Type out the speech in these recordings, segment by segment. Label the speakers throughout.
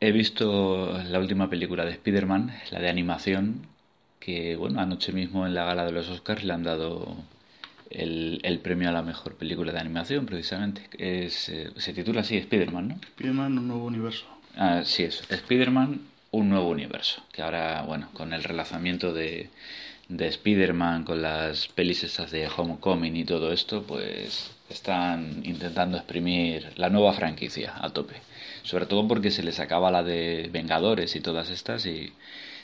Speaker 1: He visto la última película de Spider-Man, la de animación, que bueno, anoche mismo en la gala de los Oscars le han dado el, el premio a la mejor película de animación, precisamente. Es, eh, se titula así Spider-Man, ¿no?
Speaker 2: Spider-Man, un nuevo universo.
Speaker 1: Ah, sí, eso. Spider-Man, un nuevo universo. Que ahora, bueno, con el relazamiento de, de Spider-Man, con las pelis estas de Homecoming y todo esto, pues están intentando exprimir la nueva franquicia a tope. Sobre todo porque se les acaba la de Vengadores y todas estas y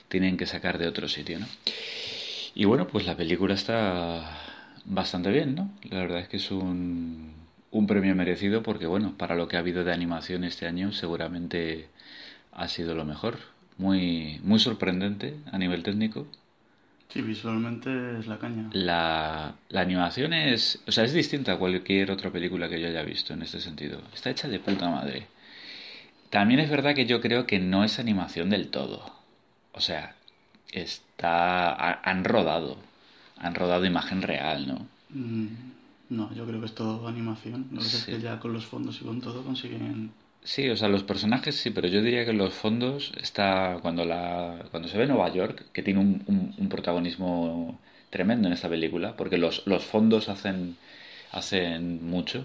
Speaker 1: tienen que sacar de otro sitio, ¿no? Y bueno, pues la película está bastante bien, ¿no? La verdad es que es un, un premio merecido porque, bueno, para lo que ha habido de animación este año seguramente ha sido lo mejor. Muy, muy sorprendente a nivel técnico,
Speaker 2: Sí, visualmente es la caña.
Speaker 1: La, la animación es, o sea, es distinta a cualquier otra película que yo haya visto en este sentido. Está hecha de puta madre. También es verdad que yo creo que no es animación del todo. O sea, está ha- han rodado, han rodado imagen real, ¿no?
Speaker 2: Mm, No, yo creo que es todo animación. Lo que pasa
Speaker 1: Sí.
Speaker 2: es que ya con los fondos y con todo consiguen...
Speaker 1: Sí, o sea, los personajes sí, pero yo diría que los fondos está cuando la cuando se ve Nueva York, que tiene un, un- un protagonismo tremendo en esta película, porque los, los fondos hacen hacen mucho.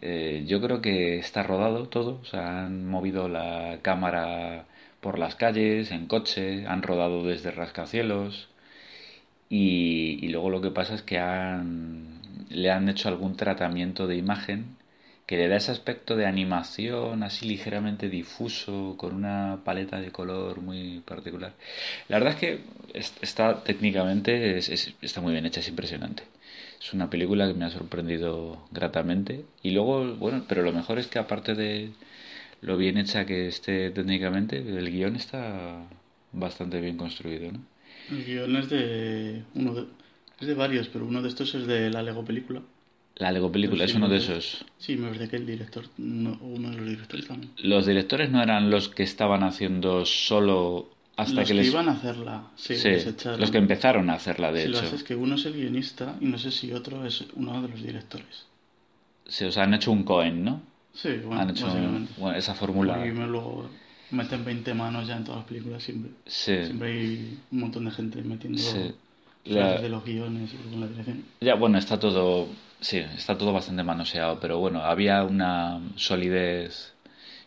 Speaker 1: Eh, yo creo que está rodado todo, o sea, han movido la cámara por las calles, en coche, han rodado desde rascacielos. Y, y luego lo que pasa es que han, le han hecho algún tratamiento de imagen que le da ese aspecto de animación así ligeramente difuso, con una paleta de color muy particular. La verdad es que es- está técnicamente, es- es- está muy bien hecha, es impresionante. Es una película que me ha sorprendido gratamente. Y luego, bueno, pero lo mejor es que aparte de lo bien hecha que esté técnicamente, el guión está bastante bien construido, ¿no?
Speaker 2: El guión es de... Uno de... Es de varios, pero uno de estos es de la Lego película.
Speaker 1: La Lego película
Speaker 2: Sí,
Speaker 1: es uno de
Speaker 2: me parece-
Speaker 1: esos.
Speaker 2: Sí, me parece que el director, uno, uno de los directores también.
Speaker 1: Los directores no eran los que estaban haciendo solo hasta
Speaker 2: los
Speaker 1: que
Speaker 2: que,
Speaker 1: les...
Speaker 2: iban a hacerla, sí,
Speaker 1: Sí,
Speaker 2: les echaron.
Speaker 1: los que empezaron a hacerla, de
Speaker 2: Sí, lo
Speaker 1: hecho.
Speaker 2: que pasa es que uno es el guionista y no sé si otro es uno de los directores.
Speaker 1: Sí, o sea, han hecho un Cohen, ¿no?
Speaker 2: Sí, bueno,
Speaker 1: han hecho
Speaker 2: básicamente.
Speaker 1: bueno, esa fórmula.
Speaker 2: Y luego meten 20 manos ya en todas las películas siempre.
Speaker 1: Sí,
Speaker 2: Siempre hay un montón de gente metiendo
Speaker 1: sí.
Speaker 2: frases
Speaker 1: La-
Speaker 2: de los guiones y con la dirección.
Speaker 1: Ya, bueno, está todo, sí, está todo bastante manoseado, pero bueno, había una solidez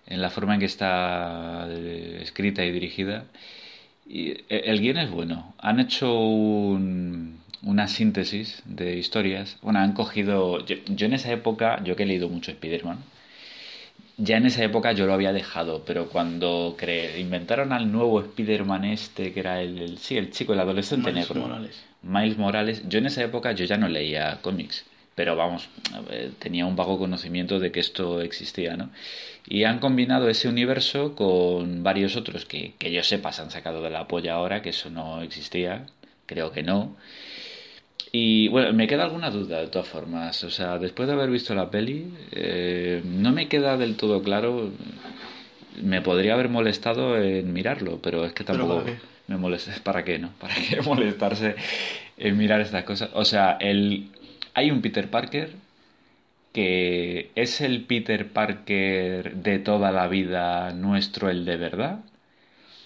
Speaker 1: en la forma en que está eh, escrita y dirigida. Y e- el guion es bueno. Han hecho un- una síntesis de historias. Bueno, han cogido. Yo, yo en esa época, yo que he leído mucho Spider-Man, ya en esa época yo lo había dejado, pero cuando cre- inventaron al nuevo Spider-Man este, que era el, el- sí, el chico, el adolescente
Speaker 2: Miles
Speaker 1: negro.
Speaker 2: Morales.
Speaker 1: Miles Morales, yo en esa época yo ya no leía cómics, pero vamos, a ver, tenía un vago conocimiento de que esto existía, ¿no? Y han combinado ese universo con varios otros que, que yo sepa se han sacado de la polla ahora, que eso no existía, creo que no. Y bueno, me queda alguna duda de todas formas, o sea, después de haber visto la peli, eh, no me queda del todo claro, me podría haber molestado en mirarlo, pero es que
Speaker 2: ¿Pero
Speaker 1: tampoco
Speaker 2: para qué?
Speaker 1: me molestes. ¿Para qué, no? ¿Para qué molestarse en mirar estas cosas? O sea, el... hay un Peter Parker que es el Peter Parker de toda la vida nuestro, el de verdad.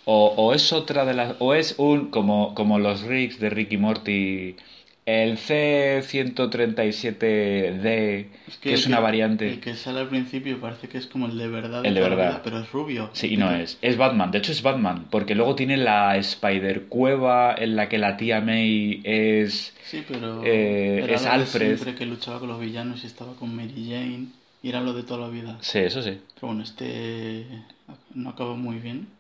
Speaker 1: O, o es otra de las. O es un. Como, como los Ricks de Ricky Morty. El C137D,
Speaker 2: Es
Speaker 1: que
Speaker 2: el
Speaker 1: es una variante.
Speaker 2: El que sale al principio parece que es como el de verdad.
Speaker 1: El de
Speaker 2: toda la
Speaker 1: verdad.
Speaker 2: vida, pero es rubio.
Speaker 1: Sí, y no es. Es Batman. De hecho, es Batman. Porque luego tiene la Spider Cueva en la que la tía May es.
Speaker 2: Sí, pero
Speaker 1: Eh,
Speaker 2: era
Speaker 1: es
Speaker 2: lo de
Speaker 1: Alfred.
Speaker 2: siempre que luchaba con los villanos y estaba con Mary Jane. Y era lo de toda la vida.
Speaker 1: Sí, eso sí.
Speaker 2: Pero bueno, este no acaba muy bien.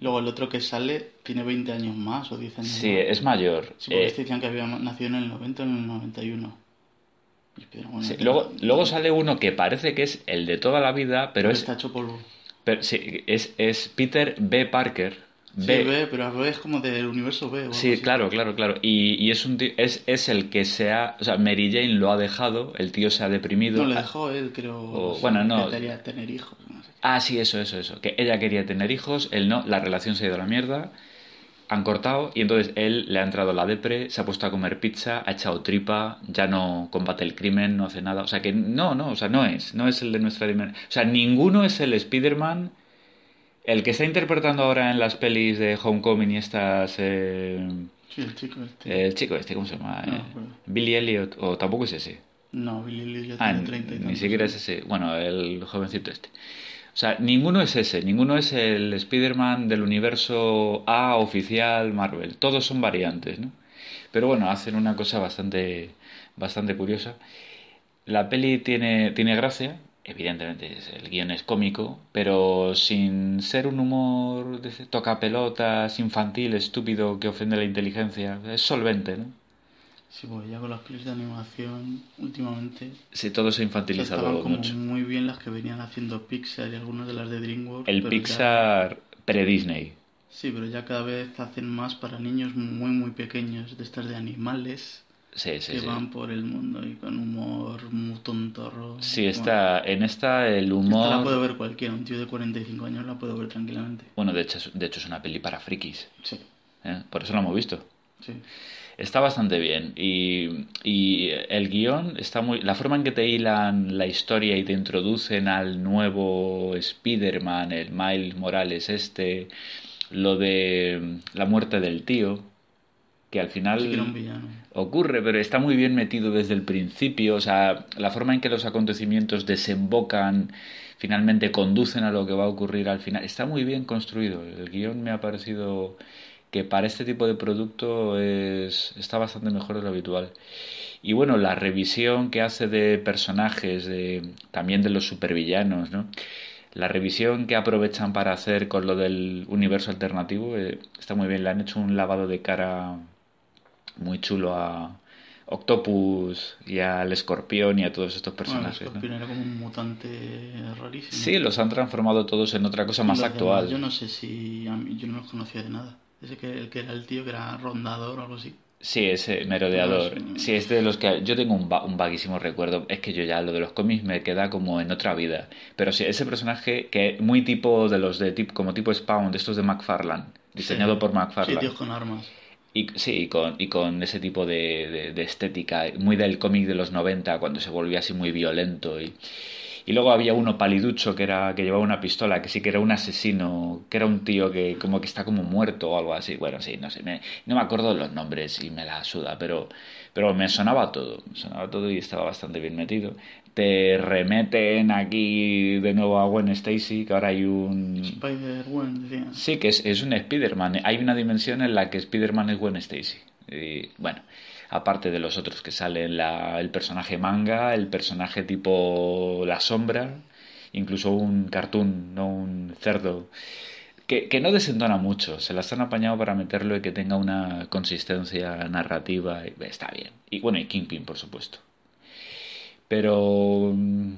Speaker 2: Luego el otro que sale tiene 20 años más o 10 años
Speaker 1: Sí,
Speaker 2: más.
Speaker 1: es mayor.
Speaker 2: Sí, este porque
Speaker 1: Eh,
Speaker 2: este decían que había nacido en el 90 o en el 91. Pero bueno,
Speaker 1: Sí,
Speaker 2: que-
Speaker 1: Luego, luego sale uno que parece que es el de toda la vida, pero
Speaker 2: pero
Speaker 1: es,
Speaker 2: está hecho polvo.
Speaker 1: pero sí, es, es Peter B. Parker.
Speaker 2: Sí,
Speaker 1: B.
Speaker 2: B, pero a B es como del universo B. o algo
Speaker 1: Sí,
Speaker 2: así.
Speaker 1: claro, claro, claro. Y, y es, un tío- es, es el que se ha... O sea, Mary Jane lo ha dejado, el tío se ha deprimido.
Speaker 2: No le
Speaker 1: Ah,
Speaker 2: dejó él, creo.
Speaker 1: O-
Speaker 2: sí,
Speaker 1: bueno, no.
Speaker 2: que quería tener hijos. no sé.
Speaker 1: Ah, sí, eso, eso, eso. Que ella quería tener hijos, él no, la relación se ha ido a la mierda, han cortado y entonces él le ha entrado la depre, se ha puesto a comer pizza, ha echado tripa, ya no combate el crimen, no hace nada. O sea que no, no, o sea, no es, no es el de nuestra dimensión. O sea, ninguno es el Spider-Man, el que está interpretando ahora en las pelis de Homecoming y estas... eh,
Speaker 2: Sí, el chico este.
Speaker 1: el chico este, ¿cómo se llama?
Speaker 2: No,
Speaker 1: Eh,
Speaker 2: bueno.
Speaker 1: Billy Elliot, o tampoco es ese.
Speaker 2: No, Billy Lee ya
Speaker 1: Ah,
Speaker 2: tiene 30 y
Speaker 1: ni
Speaker 2: tantos,
Speaker 1: siquiera es
Speaker 2: sí.
Speaker 1: ese. Bueno, el jovencito este. O sea, ninguno es ese. Ninguno es el Spider-Man del universo A oficial Marvel. Todos son variantes, ¿no? Pero bueno, hacen una cosa bastante, bastante curiosa. La peli tiene, tiene gracia. Evidentemente, es- el guión es cómico, pero sin ser un humor de ese tocapelotas, infantil, estúpido, que ofende la inteligencia. Es solvente, ¿no?
Speaker 2: Sí, pues ya con las pelis de animación últimamente
Speaker 1: Sí, todo se ha
Speaker 2: o sea,
Speaker 1: infantilizado
Speaker 2: estaban como
Speaker 1: mucho.
Speaker 2: muy bien las que venían haciendo Pixar y algunas de las de DreamWorks.
Speaker 1: El
Speaker 2: pero ya-
Speaker 1: Pixar pre-Disney.
Speaker 2: Sí, pero ya cada vez hacen más para niños muy, muy pequeños, de estas de animales
Speaker 1: Sí, sí,
Speaker 2: que
Speaker 1: sí.
Speaker 2: van por el mundo y con humor muy tontorro.
Speaker 1: Sí,
Speaker 2: Bueno,
Speaker 1: está, en esta el
Speaker 2: esta la puede
Speaker 1: humor...
Speaker 2: ver cualquiera, un tío de 45 años la puede ver tranquilamente.
Speaker 1: Bueno, de hecho, es- de hecho es una peli para frikis.
Speaker 2: Sí,
Speaker 1: ¿eh? Por eso la hemos visto.
Speaker 2: sí.
Speaker 1: Está bastante bien. Y, y el guión está muy... La forma en que te hilan la historia y te introducen al nuevo Spider-Man, el Miles Morales este, lo de mm, la muerte del tío, que al final...
Speaker 2: Sí que era un villano.
Speaker 1: ocurre, pero está muy bien metido desde el principio, o sea, la forma en que los acontecimientos desembocan, finalmente conducen a lo que va a ocurrir al final, está muy bien construido, el guión me ha parecido que para este tipo de producto es, está bastante mejor de lo habitual. Y bueno, la revisión que hace de personajes, de, también de los supervillanos, ¿no? La revisión que aprovechan para hacer con lo del universo alternativo eh, está muy bien. Le han hecho un lavado de cara muy chulo a Octopus y al Escorpión y a todos estos
Speaker 2: Bueno,
Speaker 1: personajes. ¿no?
Speaker 2: Scorpion era como un mutante rarísimo.
Speaker 1: Sí, los han transformado todos en otra cosa más
Speaker 2: Los demás,
Speaker 1: actual.
Speaker 2: Yo no sé si a mí- yo no los conocía de nada. Ese que el que era el tío que era rondador o algo así.
Speaker 1: Sí, ese merodeador.
Speaker 2: No, es-
Speaker 1: Sí, es de los que yo tengo un, va- un vaguísimo recuerdo. Es que yo ya lo de los cómics me queda como en otra vida. Pero sí, ese personaje que es muy tipo de los de tipo, como tipo Spawn, de estos de McFarlane, diseñado
Speaker 2: Sí.
Speaker 1: por McFarlane.
Speaker 2: Sí, tíos con armas.
Speaker 1: Y sí, y con, y con ese tipo de, de- de estética, muy del cómic de los 90, cuando se volvía así muy violento. Y, y luego había uno paliducho que era, que llevaba una pistola, que sí que era un asesino, que era un tío que como que está como muerto o algo así. Bueno, sí, no sé, me- no me acuerdo de los nombres y me la suda, pero, pero me sonaba todo, me sonaba todo y estaba bastante bien metido. Te remeten aquí de nuevo a Gwen Stacy, que ahora hay un...
Speaker 2: Spider-Man, decían.
Speaker 1: Sí, que es, es un Spider-Man. Hay una dimensión en la que Spider-Man es Gwen Stacy. Y bueno, aparte de los otros que salen, la- el personaje manga, el personaje tipo La Sombra, incluso un cartoon, no un cerdo, que, que no desentona mucho. Se las han apañado para meterlo y que tenga una consistencia narrativa. y está bien. Y bueno, y Kingpin, por supuesto. Pero. mm,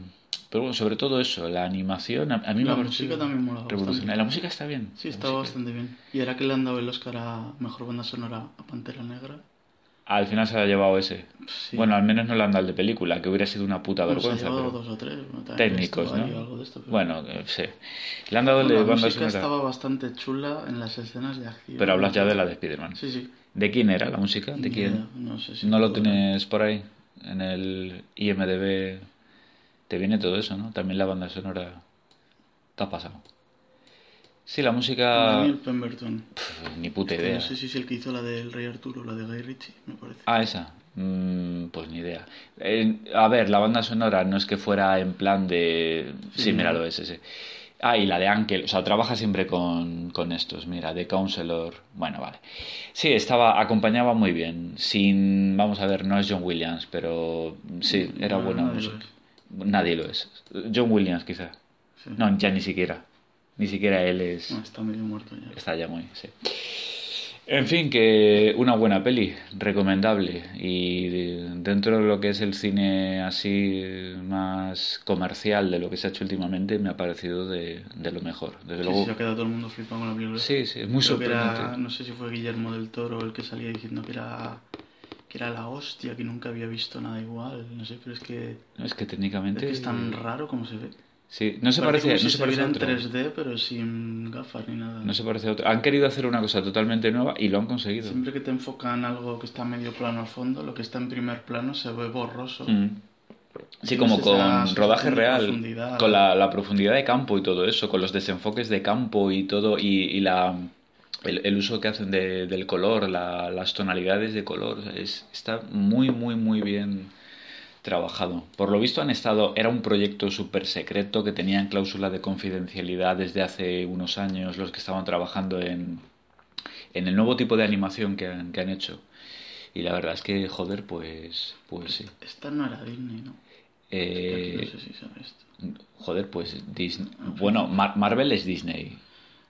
Speaker 1: Pero bueno, sobre todo eso, la animación. A, a mí
Speaker 2: La
Speaker 1: me ha
Speaker 2: música
Speaker 1: parecido
Speaker 2: también mola bastante.
Speaker 1: revolucionaria. La música está bien.
Speaker 2: Sí,
Speaker 1: la
Speaker 2: estaba
Speaker 1: música.
Speaker 2: bastante bien. Y ahora que le han dado el Oscar a mejor banda sonora a Pantera Negra.
Speaker 1: Al final se la ha llevado ese.
Speaker 2: Sí.
Speaker 1: Bueno, al menos no le han dado el de película, que hubiera sido una puta
Speaker 2: Bueno, se ha
Speaker 1: vergüenza.
Speaker 2: llevado
Speaker 1: pero-
Speaker 2: dos o tres. bueno, también
Speaker 1: Técnicos,
Speaker 2: vestuario,
Speaker 1: ¿no?
Speaker 2: algo de esto, pero-
Speaker 1: Bueno, eh, sí. Le han dado el
Speaker 2: Bueno,
Speaker 1: de
Speaker 2: la
Speaker 1: banda
Speaker 2: música
Speaker 1: sonora,
Speaker 2: estaba bastante chula en las escenas de acción.
Speaker 1: Pero hablas ya de la de Spider-Man.
Speaker 2: Sí, sí.
Speaker 1: ¿De quién era la música? ¿De
Speaker 2: Ni
Speaker 1: quién?
Speaker 2: idea, No sé si
Speaker 1: ¿No lo
Speaker 2: recuerdo.
Speaker 1: tienes por ahí? En el IMDB te viene todo eso, ¿no? También la banda sonora. Te ha pasado. Sí, la música.
Speaker 2: Daniel Pemberton.
Speaker 1: Pf, ni puta
Speaker 2: Que
Speaker 1: idea.
Speaker 2: No sé si es el que hizo la del Rey Arturo, la de Guy Ritchie, me parece.
Speaker 1: Ah, esa. Mm, pues ni idea. Eh, a ver, la banda sonora no es que fuera en plan de. Sí,
Speaker 2: Sí.
Speaker 1: mira, lo es ese. Ah, y la de Ankel. O sea, trabaja siempre con, con estos. Mira, de Counselor. Bueno, vale. Sí, estaba, acompañaba muy bien. Sin. Vamos a ver, no es John Williams, pero. Sí, era
Speaker 2: No,
Speaker 1: buena
Speaker 2: nadie lo
Speaker 1: música. Nadie lo es. John Williams, quizá.
Speaker 2: Sí. Ah.
Speaker 1: No, ya ni siquiera. Ni siquiera él es.
Speaker 2: No, está medio muerto ya.
Speaker 1: Está ya muy, sí. En fin, que una buena peli, recomendable. Y de- dentro de lo que es el cine así más comercial de lo que se ha hecho últimamente, me ha parecido de, de lo mejor. Desde
Speaker 2: Sí,
Speaker 1: luego.
Speaker 2: sí, se ha quedado todo el mundo flipado con la película.
Speaker 1: Sí, sí, es muy
Speaker 2: Creo que era,
Speaker 1: sorprendente.
Speaker 2: no sé si fue Guillermo del Toro el que salía diciendo que era, que era la hostia, que nunca había visto nada igual. No sé, pero es que,
Speaker 1: No, es que
Speaker 2: es
Speaker 1: técnicamente.
Speaker 2: que es tan raro como se ve.
Speaker 1: Sí, no se parece,
Speaker 2: como
Speaker 1: no
Speaker 2: si
Speaker 1: se
Speaker 2: se
Speaker 1: parece
Speaker 2: viera
Speaker 1: a
Speaker 2: en
Speaker 1: otro.
Speaker 2: 3D, pero sin gafas ni nada.
Speaker 1: No se parece a otro. Han querido hacer una cosa totalmente nueva y lo han conseguido.
Speaker 2: Siempre que te enfocan algo que está medio plano al fondo, lo que está en primer plano se ve borroso.
Speaker 1: Mm. Sí,
Speaker 2: Tienes
Speaker 1: como
Speaker 2: esa
Speaker 1: con
Speaker 2: sensación
Speaker 1: rodaje
Speaker 2: de
Speaker 1: real,
Speaker 2: profundidad.
Speaker 1: con la, la profundidad de campo y todo eso, con los desenfoques de campo y todo, y, y la, el, el uso que hacen de- del color, la- las tonalidades de color, o sea, es, está muy, muy, muy bien trabajado. Por lo visto han estado, era un proyecto súper secreto que tenían cláusula de confidencialidad desde hace unos años los que estaban trabajando en, en el nuevo tipo de animación que han, que han hecho. Y la verdad es que, joder, pues, pues sí.
Speaker 2: Esta no era Disney, ¿no? Aquí
Speaker 1: Eh,
Speaker 2: no sé si sabe esto.
Speaker 1: Joder, pues Disney. Bueno, Mar- Marvel es Disney.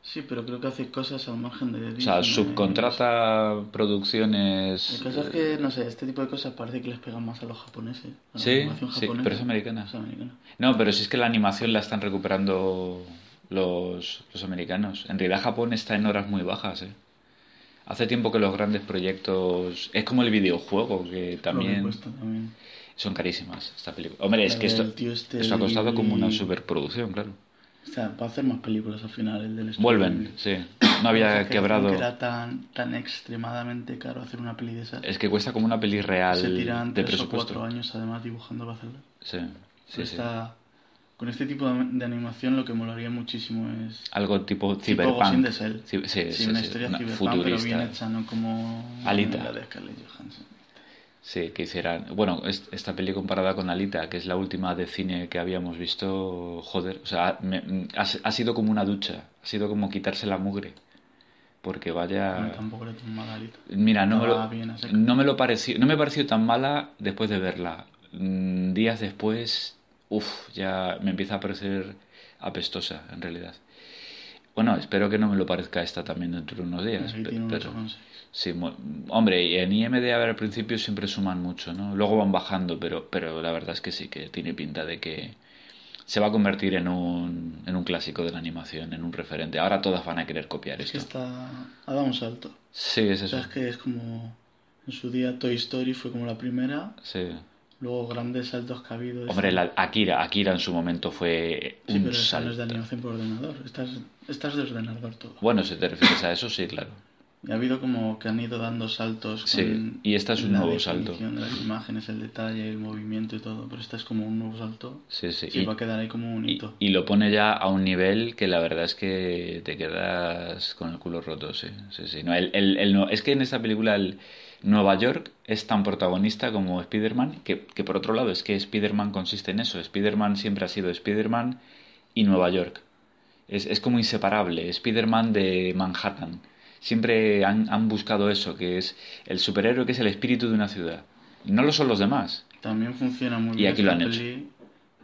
Speaker 2: Sí, pero creo que hace cosas al margen de
Speaker 1: O
Speaker 2: Disney.
Speaker 1: sea, subcontrata
Speaker 2: El
Speaker 1: producciones.
Speaker 2: caso es que, no sé, este tipo de cosas parece que les pegan más a los japoneses. a la
Speaker 1: Sí,
Speaker 2: animación
Speaker 1: sí, pero es americana.
Speaker 2: Es americana.
Speaker 1: No, pero si es que la animación la están recuperando los, los americanos. En realidad Japón está en horas muy bajas, ¿eh? Hace tiempo que los grandes proyectos... Es como el videojuego, que
Speaker 2: Lo que
Speaker 1: también
Speaker 2: cuesta también.
Speaker 1: son carísimas esta película. Hombre, es
Speaker 2: La
Speaker 1: que esto,
Speaker 2: del tío este
Speaker 1: esto ha costado como una
Speaker 2: Ghibli.
Speaker 1: superproducción, claro.
Speaker 2: O sea, va a hacer más películas al final el del estudio Ghibli.
Speaker 1: Vuelven, sí. No
Speaker 2: Lo que
Speaker 1: había
Speaker 2: pasa es que
Speaker 1: quebrado...
Speaker 2: que Era tan, tan extremadamente caro hacer una peli de esas.
Speaker 1: Es que cuesta como una peli
Speaker 2: Se
Speaker 1: real
Speaker 2: tiran
Speaker 1: de
Speaker 2: tres o cuatro
Speaker 1: presupuesto.
Speaker 2: años además dibujando para hacerla.
Speaker 1: Sí, sí,
Speaker 2: Pero
Speaker 1: sí.
Speaker 2: está- Con este tipo de, de animación lo que molaría muchísimo es...
Speaker 1: Algo tipo
Speaker 2: Tipo Ghost
Speaker 1: cyberpunk.
Speaker 2: in the Shell.
Speaker 1: Ci- sí,
Speaker 2: Sí,
Speaker 1: sí,
Speaker 2: una
Speaker 1: sí,
Speaker 2: historia
Speaker 1: una
Speaker 2: cyberpunk, pero
Speaker 1: futurista.
Speaker 2: bien hecha, no como
Speaker 1: Alita.
Speaker 2: la de Scarlett Johansson.
Speaker 1: Sí, que hicieran. Bueno, es- esta peli comparada con Alita, que es la última de cine que habíamos visto, joder, o sea, me- mm, ha, s- ha sido como una ducha, ha sido como quitarse la mugre. Porque
Speaker 2: Bueno,
Speaker 1: vaya.
Speaker 2: tampoco era tan mala Alita.
Speaker 1: Mira, no me
Speaker 2: Estaba
Speaker 1: lo,
Speaker 2: Ah, bien a secas.
Speaker 1: no me lo pareció, no me pareció tan mala después de verla. Mm, Días después, uff, ya me empieza a parecer apestosa, en realidad. Bueno, espero que no me lo parezca esta también dentro de unos días, pe-
Speaker 2: Aquí Pues tiene un
Speaker 1: pero...
Speaker 2: 8,6.
Speaker 1: Sí, mu- hombre, y en IMDb a ver, al principio siempre suman mucho, ¿no? Luego van bajando, pero, pero la verdad es que sí que tiene pinta de que se va a convertir en un, en un clásico de la animación, en un referente. Ahora todas van a querer copiar
Speaker 2: Es que
Speaker 1: esto.
Speaker 2: está... Ha dado un salto.
Speaker 1: Sí, es
Speaker 2: O sea,
Speaker 1: eso.
Speaker 2: es que es como... En su día Toy Story fue como la primera,
Speaker 1: Sí.
Speaker 2: luego grandes saltos que ha habido. de-
Speaker 1: Hombre, la Akira, Akira en su momento fue
Speaker 2: Sí,
Speaker 1: un
Speaker 2: pero esa no es de
Speaker 1: salto.
Speaker 2: animación por ordenador. Estás, estás de ordenador todo.
Speaker 1: Bueno, si te refieres a eso, sí, claro.
Speaker 2: Y ha habido como que han ido dando saltos.
Speaker 1: Sí,
Speaker 2: con
Speaker 1: y esta es un
Speaker 2: la
Speaker 1: nuevo salto.
Speaker 2: definición de las imágenes, el detalle, el movimiento y todo. Pero esta es como un nuevo salto.
Speaker 1: Sí, sí.
Speaker 2: Sí,
Speaker 1: Y-
Speaker 2: va a quedar ahí como un
Speaker 1: Y,
Speaker 2: hito.
Speaker 1: y lo pone ya a un nivel que la verdad es que te quedas con el culo roto, sí. sí, sí. No, el- el- el no- es que en esta película el Nueva York es tan protagonista como Spider-Man, que, que por otro lado es que Spider-Man consiste en eso. Spider-Man siempre ha sido Spider-Man y Nueva York. Es, es como inseparable, Spider-Man de Manhattan. Siempre han, han buscado eso, que es el superhéroe que es el espíritu de una ciudad. No lo son los demás.
Speaker 2: También funciona muy
Speaker 1: Y
Speaker 2: bien
Speaker 1: aquí lo
Speaker 2: esta
Speaker 1: han hecho.
Speaker 2: peli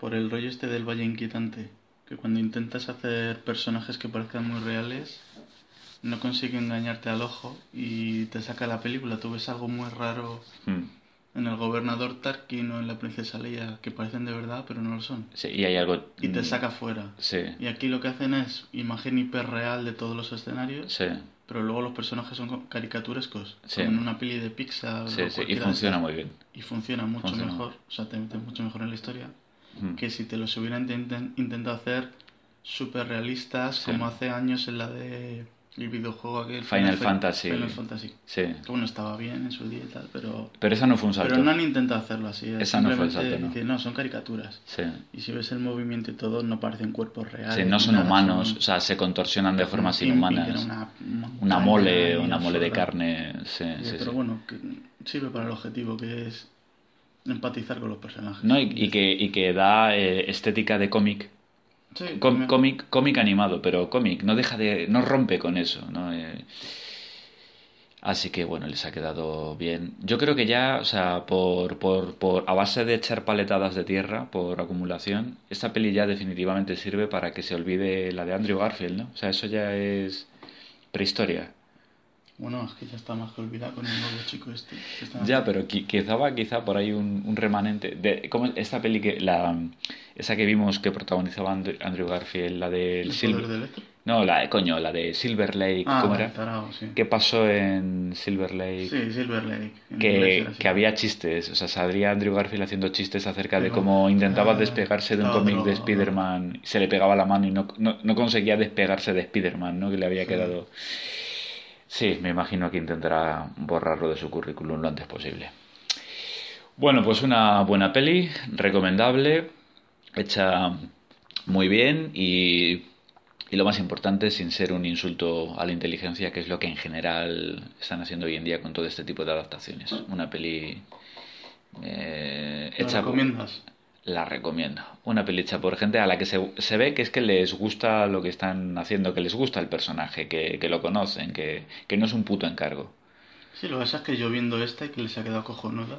Speaker 2: por el rollo este del Valle Inquietante. Que cuando intentas hacer personajes que parezcan muy reales, no consigue engañarte al ojo y te saca la película. Tú ves algo muy raro
Speaker 1: Mm.
Speaker 2: en el gobernador Tarkin o en la princesa Leia, que parecen de verdad, pero no lo son.
Speaker 1: Sí, y hay algo...
Speaker 2: Y te
Speaker 1: mm,
Speaker 2: saca fuera.
Speaker 1: Sí,
Speaker 2: Y aquí lo que hacen es imagen hiperreal de todos los escenarios,
Speaker 1: sí.
Speaker 2: pero luego los personajes son co- caricaturescos,
Speaker 1: Sí.
Speaker 2: como en una peli de Pixar o
Speaker 1: Sí, sí, y
Speaker 2: cualquiera de
Speaker 1: funciona
Speaker 2: estas.
Speaker 1: muy bien.
Speaker 2: Y funciona mucho
Speaker 1: Funciona.
Speaker 2: mejor, o sea, te metes mucho mejor en la historia,
Speaker 1: Mm.
Speaker 2: que si te los hubieran inten- intentado hacer súper realistas,
Speaker 1: Sí.
Speaker 2: como hace años en la de el videojuego aquel
Speaker 1: Final
Speaker 2: Fe-
Speaker 1: Fantasy.
Speaker 2: Final Fantasy.
Speaker 1: Sí,
Speaker 2: Que bueno, estaba bien en su día y tal, pero,
Speaker 1: pero esa no fue un salto.
Speaker 2: pero no han intentado hacerlo así. es
Speaker 1: Esa no fue el
Speaker 2: simplemente
Speaker 1: salto, ¿no?
Speaker 2: decir, no, son caricaturas.
Speaker 1: Sí.
Speaker 2: Y si ves el movimiento y todo, no parecen cuerpos reales.
Speaker 1: Sí, no
Speaker 2: ni
Speaker 1: son
Speaker 2: nada,
Speaker 1: humanos,
Speaker 2: son-
Speaker 1: o sea, se contorsionan de formas
Speaker 2: un pimpin, que era
Speaker 1: inhumanas.
Speaker 2: Una,
Speaker 1: Una
Speaker 2: montaña,
Speaker 1: mole, una
Speaker 2: una
Speaker 1: mole de
Speaker 2: zorra.
Speaker 1: carne. Sí,
Speaker 2: Eh,
Speaker 1: sí, sí.
Speaker 2: Pero bueno, que sirve para el objetivo que es empatizar con los personajes.
Speaker 1: No, y, y que, y que da eh, estética de cómic.
Speaker 2: Sí,
Speaker 1: Com-
Speaker 2: también.
Speaker 1: Cómic, cómic animado, pero cómic, no deja de, no rompe con eso, ¿no? Eh, así que bueno, les ha quedado bien. Yo creo que ya, o sea, por, por, por a base de echar paletadas de tierra, por acumulación, esta peli ya definitivamente sirve para que se olvide la de Andrew Garfield, ¿no? O sea, eso ya es prehistoria.
Speaker 2: Bueno, es que ya está más que olvidado con el nuevo chico este. que está-
Speaker 1: Ya, pero qui- quizá va quizá por ahí un, un remanente de como esta peli que la esa que vimos que protagonizaba Andr- Andrew Garfield, la del
Speaker 2: ¿El
Speaker 1: Silver,
Speaker 2: color de Electro?
Speaker 1: no, la de coño, la de Silver Lake,
Speaker 2: Ah,
Speaker 1: ¿cómo
Speaker 2: el
Speaker 1: era?
Speaker 2: tarao, sí.
Speaker 1: ¿Qué pasó en Silver Lake?
Speaker 2: Sí, Silver Lake. en inglés
Speaker 1: que,
Speaker 2: era así.
Speaker 1: que había chistes, o sea, salía Andrew Garfield haciendo chistes acerca de
Speaker 2: Pero,
Speaker 1: cómo intentaba
Speaker 2: eh,
Speaker 1: despegarse de un
Speaker 2: estaba
Speaker 1: cómic de
Speaker 2: drogado.
Speaker 1: Spider-Man, se le pegaba la mano y no, no, no conseguía despegarse de Spider-Man, ¿no? Que le había
Speaker 2: Sí.
Speaker 1: quedado... Sí, me imagino que intentará borrarlo de su currículum lo antes posible. Bueno, pues una buena peli, recomendable, hecha muy bien y, y lo más importante, sin ser un insulto a la inteligencia, que es lo que en general están haciendo hoy en día con todo este tipo de adaptaciones. Una peli eh,
Speaker 2: ¿Lo
Speaker 1: hecha
Speaker 2: recomiendas?
Speaker 1: la recomiendo. Una peli hecha por gente a la que se, se ve que es que les gusta lo que están haciendo, que les gusta el personaje, que, que lo conocen, que, que no es un puto encargo.
Speaker 2: Sí, lo que pasa es que yo viendo esta y que les ha quedado cojonuda,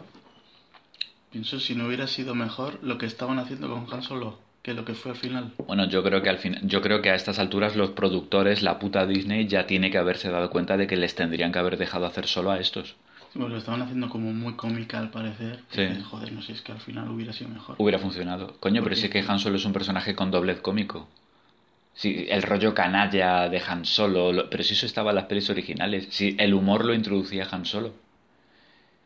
Speaker 2: pienso si no hubiera sido mejor lo que estaban haciendo con Han Solo que lo que fue al final.
Speaker 1: Bueno, yo creo que al final, yo creo que a estas alturas los productores, la puta Disney, ya tiene que haberse dado cuenta de que les tendrían que haber dejado hacer solo a estos.
Speaker 2: Sí, pues lo estaban haciendo como muy cómica al parecer.
Speaker 1: Sí.
Speaker 2: Dicen, Joder, no sé, es que al final hubiera sido mejor.
Speaker 1: Hubiera funcionado. Coño, pero sí que Han Solo es un personaje con doblez cómico. Sí, el rollo canalla de Han Solo, lo- pero si eso estaba en las pelis originales, si el humor lo introducía Han Solo.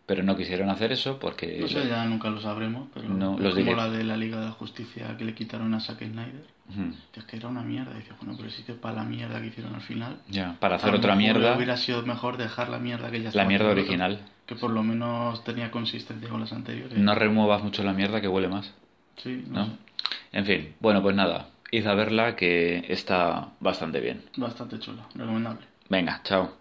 Speaker 1: Pero no quisieron hacer eso porque...
Speaker 2: No sé, ya nunca lo sabremos, pero
Speaker 1: eh, No,
Speaker 2: es
Speaker 1: los
Speaker 2: como
Speaker 1: direct-
Speaker 2: la de la Liga de la Justicia que le quitaron a Zack Snyder.
Speaker 1: Ujú,
Speaker 2: Es que era una mierda. Dices, bueno, pero sí que para la mierda que hicieron al final.
Speaker 1: Ya, para
Speaker 2: a
Speaker 1: hacer
Speaker 2: lo
Speaker 1: otra
Speaker 2: mejor
Speaker 1: mierda,
Speaker 2: Hubiera sido mejor dejar la mierda que ya
Speaker 1: la
Speaker 2: estaba
Speaker 1: mierda
Speaker 2: haciendo,
Speaker 1: original.
Speaker 2: Que por lo menos tenía consistencia con las anteriores.
Speaker 1: No remuevas mucho la mierda que huele más.
Speaker 2: Sí, no
Speaker 1: ¿no?
Speaker 2: sé.
Speaker 1: En fin, bueno, pues nada, id a verla que está bastante bien.
Speaker 2: Bastante chula, recomendable.
Speaker 1: Venga, chao.